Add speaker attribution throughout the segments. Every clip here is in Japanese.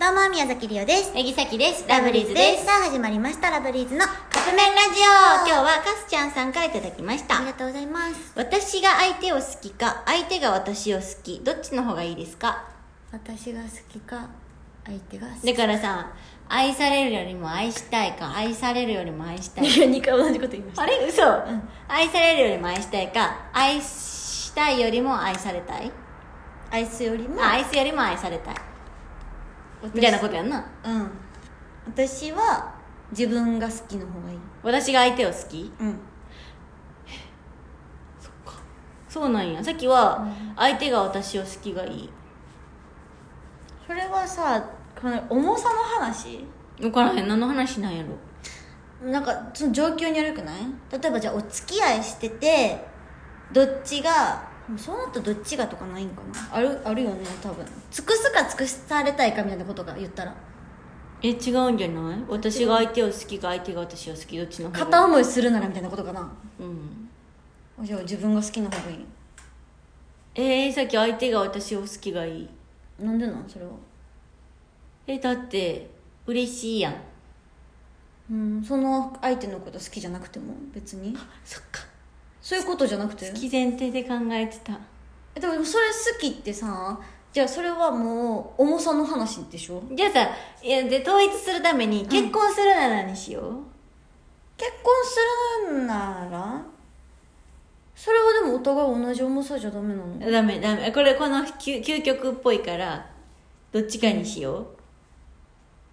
Speaker 1: どうも、宮崎りおです。
Speaker 2: えぎさきです。
Speaker 1: さあ、始まりました、ラブリーズの。あ
Speaker 2: カップ麺ラジオ今日はかすちゃんさんからいただきました
Speaker 1: り。がとうございます。
Speaker 2: 私が相手を好きか、相手が私を好き、どっちの方がいいですか
Speaker 1: 私が好きか、相手が好き。
Speaker 2: だからさ、愛されるよりも愛したいか、愛されるよりも愛したいか。
Speaker 1: いや、2回同じこと言いま
Speaker 2: あれ嘘、愛されるよりも愛したいか、愛したいよりも愛されたい、
Speaker 1: アイスよりも、
Speaker 2: あ愛すよりも愛されたい。みたいなことやんな。
Speaker 1: うん。私は、自分が好きの方がいい。
Speaker 2: 私が相手を好き
Speaker 1: うん。
Speaker 2: そうなんや。さっきは、相手が私を好きがいい。
Speaker 1: それはさ、この重さの話
Speaker 2: 分からへん。何の話なんやろ。
Speaker 1: なんか、その状況によるくない例えばじゃあ、お付き合いしてて、どっちが、そうなったらどっちがとかないんかなある、あるよね、多分。尽くすか尽くされたいかみたいなことが言ったら。
Speaker 2: え違うんじゃない私が相手を好きか相手が私を好きどっちの方が
Speaker 1: 片思いするならみたいなことかな
Speaker 2: うん
Speaker 1: じゃあ自分が好きな方がいい
Speaker 2: えー、さっき相手が私を好きがいい
Speaker 1: なんでなんそれは
Speaker 2: えだって嬉しいやん
Speaker 1: うんその相手のこと好きじゃなくても別に
Speaker 2: そっか
Speaker 1: そういうことじゃなくて
Speaker 2: 好き前提で考えてた
Speaker 1: えでもそれ好きってさじゃあそれはもう重さの話でしょ
Speaker 2: じゃあさいやで統一するために結婚するならにしよう、
Speaker 1: 結婚するならそれはでもお互い同じ重さじゃダメなの
Speaker 2: ダメダメこれこの究究極っぽいからどっちかにしよう、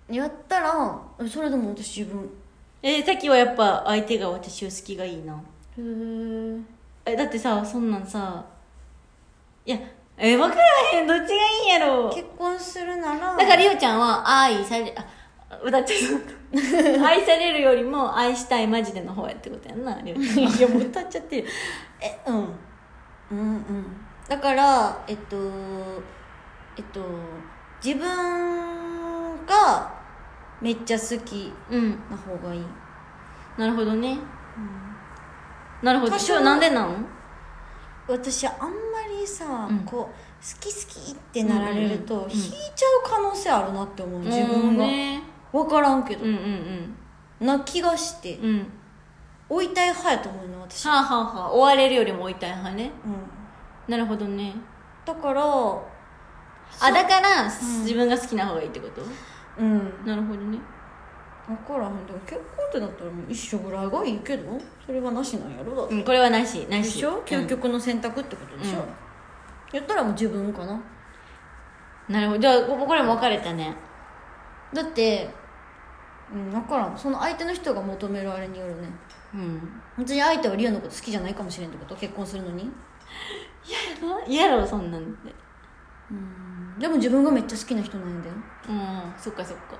Speaker 1: やったらえそれでも私自分
Speaker 2: えー、さっきはやっぱ相手が私を好きがいいな
Speaker 1: へえ
Speaker 2: えだってさそんなんさいやえー、分からへんどっちがいいんやろ
Speaker 1: 結婚するなら
Speaker 2: だからりおちゃんは愛されあ歌っちゃった愛されるよりも愛したいマジでの方やってことやんなりおちゃん はい
Speaker 1: やもう歌っちゃってるえうんうんうんだからえっとえっと自分がめっちゃ好き
Speaker 2: うん
Speaker 1: な方がいい
Speaker 2: なるほどね、なるほど
Speaker 1: 多少
Speaker 2: しょなんでなん
Speaker 1: 私あんまりさ、
Speaker 2: うん
Speaker 1: こう好き好きってなられる
Speaker 2: うんうん
Speaker 1: と
Speaker 2: うん
Speaker 1: 引いちゃう可能性あるなって思う自
Speaker 2: うん
Speaker 1: 分が、
Speaker 2: ね
Speaker 1: 分からんけ
Speaker 2: う
Speaker 1: ど
Speaker 2: ん、うん
Speaker 1: な気がして
Speaker 2: うんうんは
Speaker 1: 追いたい派やと思うの私、
Speaker 2: あ、はあはあ、追われるよりも追いたい派ね
Speaker 1: うん、
Speaker 2: なるほどね
Speaker 1: だから
Speaker 2: あだから、
Speaker 1: ん
Speaker 2: 自分が好きな方がいいってこと
Speaker 1: うん
Speaker 2: なるほどね
Speaker 1: 分からへんでも結婚ってなったらもう一緒ぐらいがいいけどそれはなしなんやろだって
Speaker 2: うんこれはなしな
Speaker 1: で
Speaker 2: し
Speaker 1: しょ究
Speaker 2: うん
Speaker 1: 極の選択ってことでしょ、
Speaker 2: うん
Speaker 1: やったらもう自分かな
Speaker 2: なるほどじゃあここれも分かれたね
Speaker 1: だってうん分からんその相手の人が求めるあれによるね
Speaker 2: うん
Speaker 1: 別に相手はリオのこと好きじゃないかもしれんってこと結婚するのに
Speaker 2: 嫌やろそんなんって
Speaker 1: うんでも自分がめっちゃ好きな人なんだよ
Speaker 2: うんそっかそっか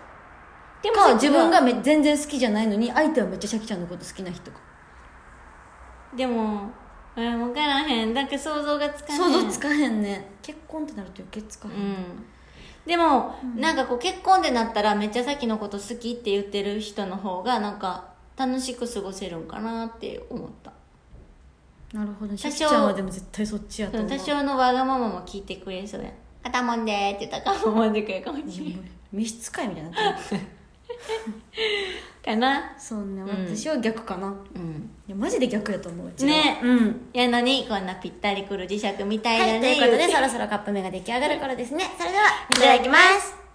Speaker 2: で
Speaker 1: か
Speaker 2: さ
Speaker 1: 自分がめ全然好きじゃないのに相手はめっちゃシャキちゃんのこと好きな人か
Speaker 2: でもえー分からへんなんか想像がつかへん
Speaker 1: 想像つかへんね結婚ってなると余計つか
Speaker 2: う
Speaker 1: へん、
Speaker 2: んでも、なんかこう結婚でなったらめっちゃさっきのこと好きって言ってる人の方がなんか楽しく過ごせるんかなって思った
Speaker 1: なるほどシ
Speaker 2: 多
Speaker 1: ャ
Speaker 2: 少
Speaker 1: キちゃんはでも絶対そっちやと
Speaker 2: そ
Speaker 1: 思
Speaker 2: の
Speaker 1: う
Speaker 2: 多少のわがままも聞いてくれそうや「片もんで」って言ったら片もんでくれるかもしれん
Speaker 1: 召使いみたいになってる
Speaker 2: かな
Speaker 1: そうね
Speaker 2: ん
Speaker 1: 私は逆かな、
Speaker 2: うん
Speaker 1: いやマジで逆やと思ううちらは
Speaker 2: ね
Speaker 1: うん
Speaker 2: やのにこんなぴったりくる磁石みたい
Speaker 1: は、
Speaker 2: ないね、
Speaker 1: ということ
Speaker 2: 言
Speaker 1: で
Speaker 2: うて
Speaker 1: そろそろカップ麺が出来上がる頃ですねそれではい
Speaker 2: ただきます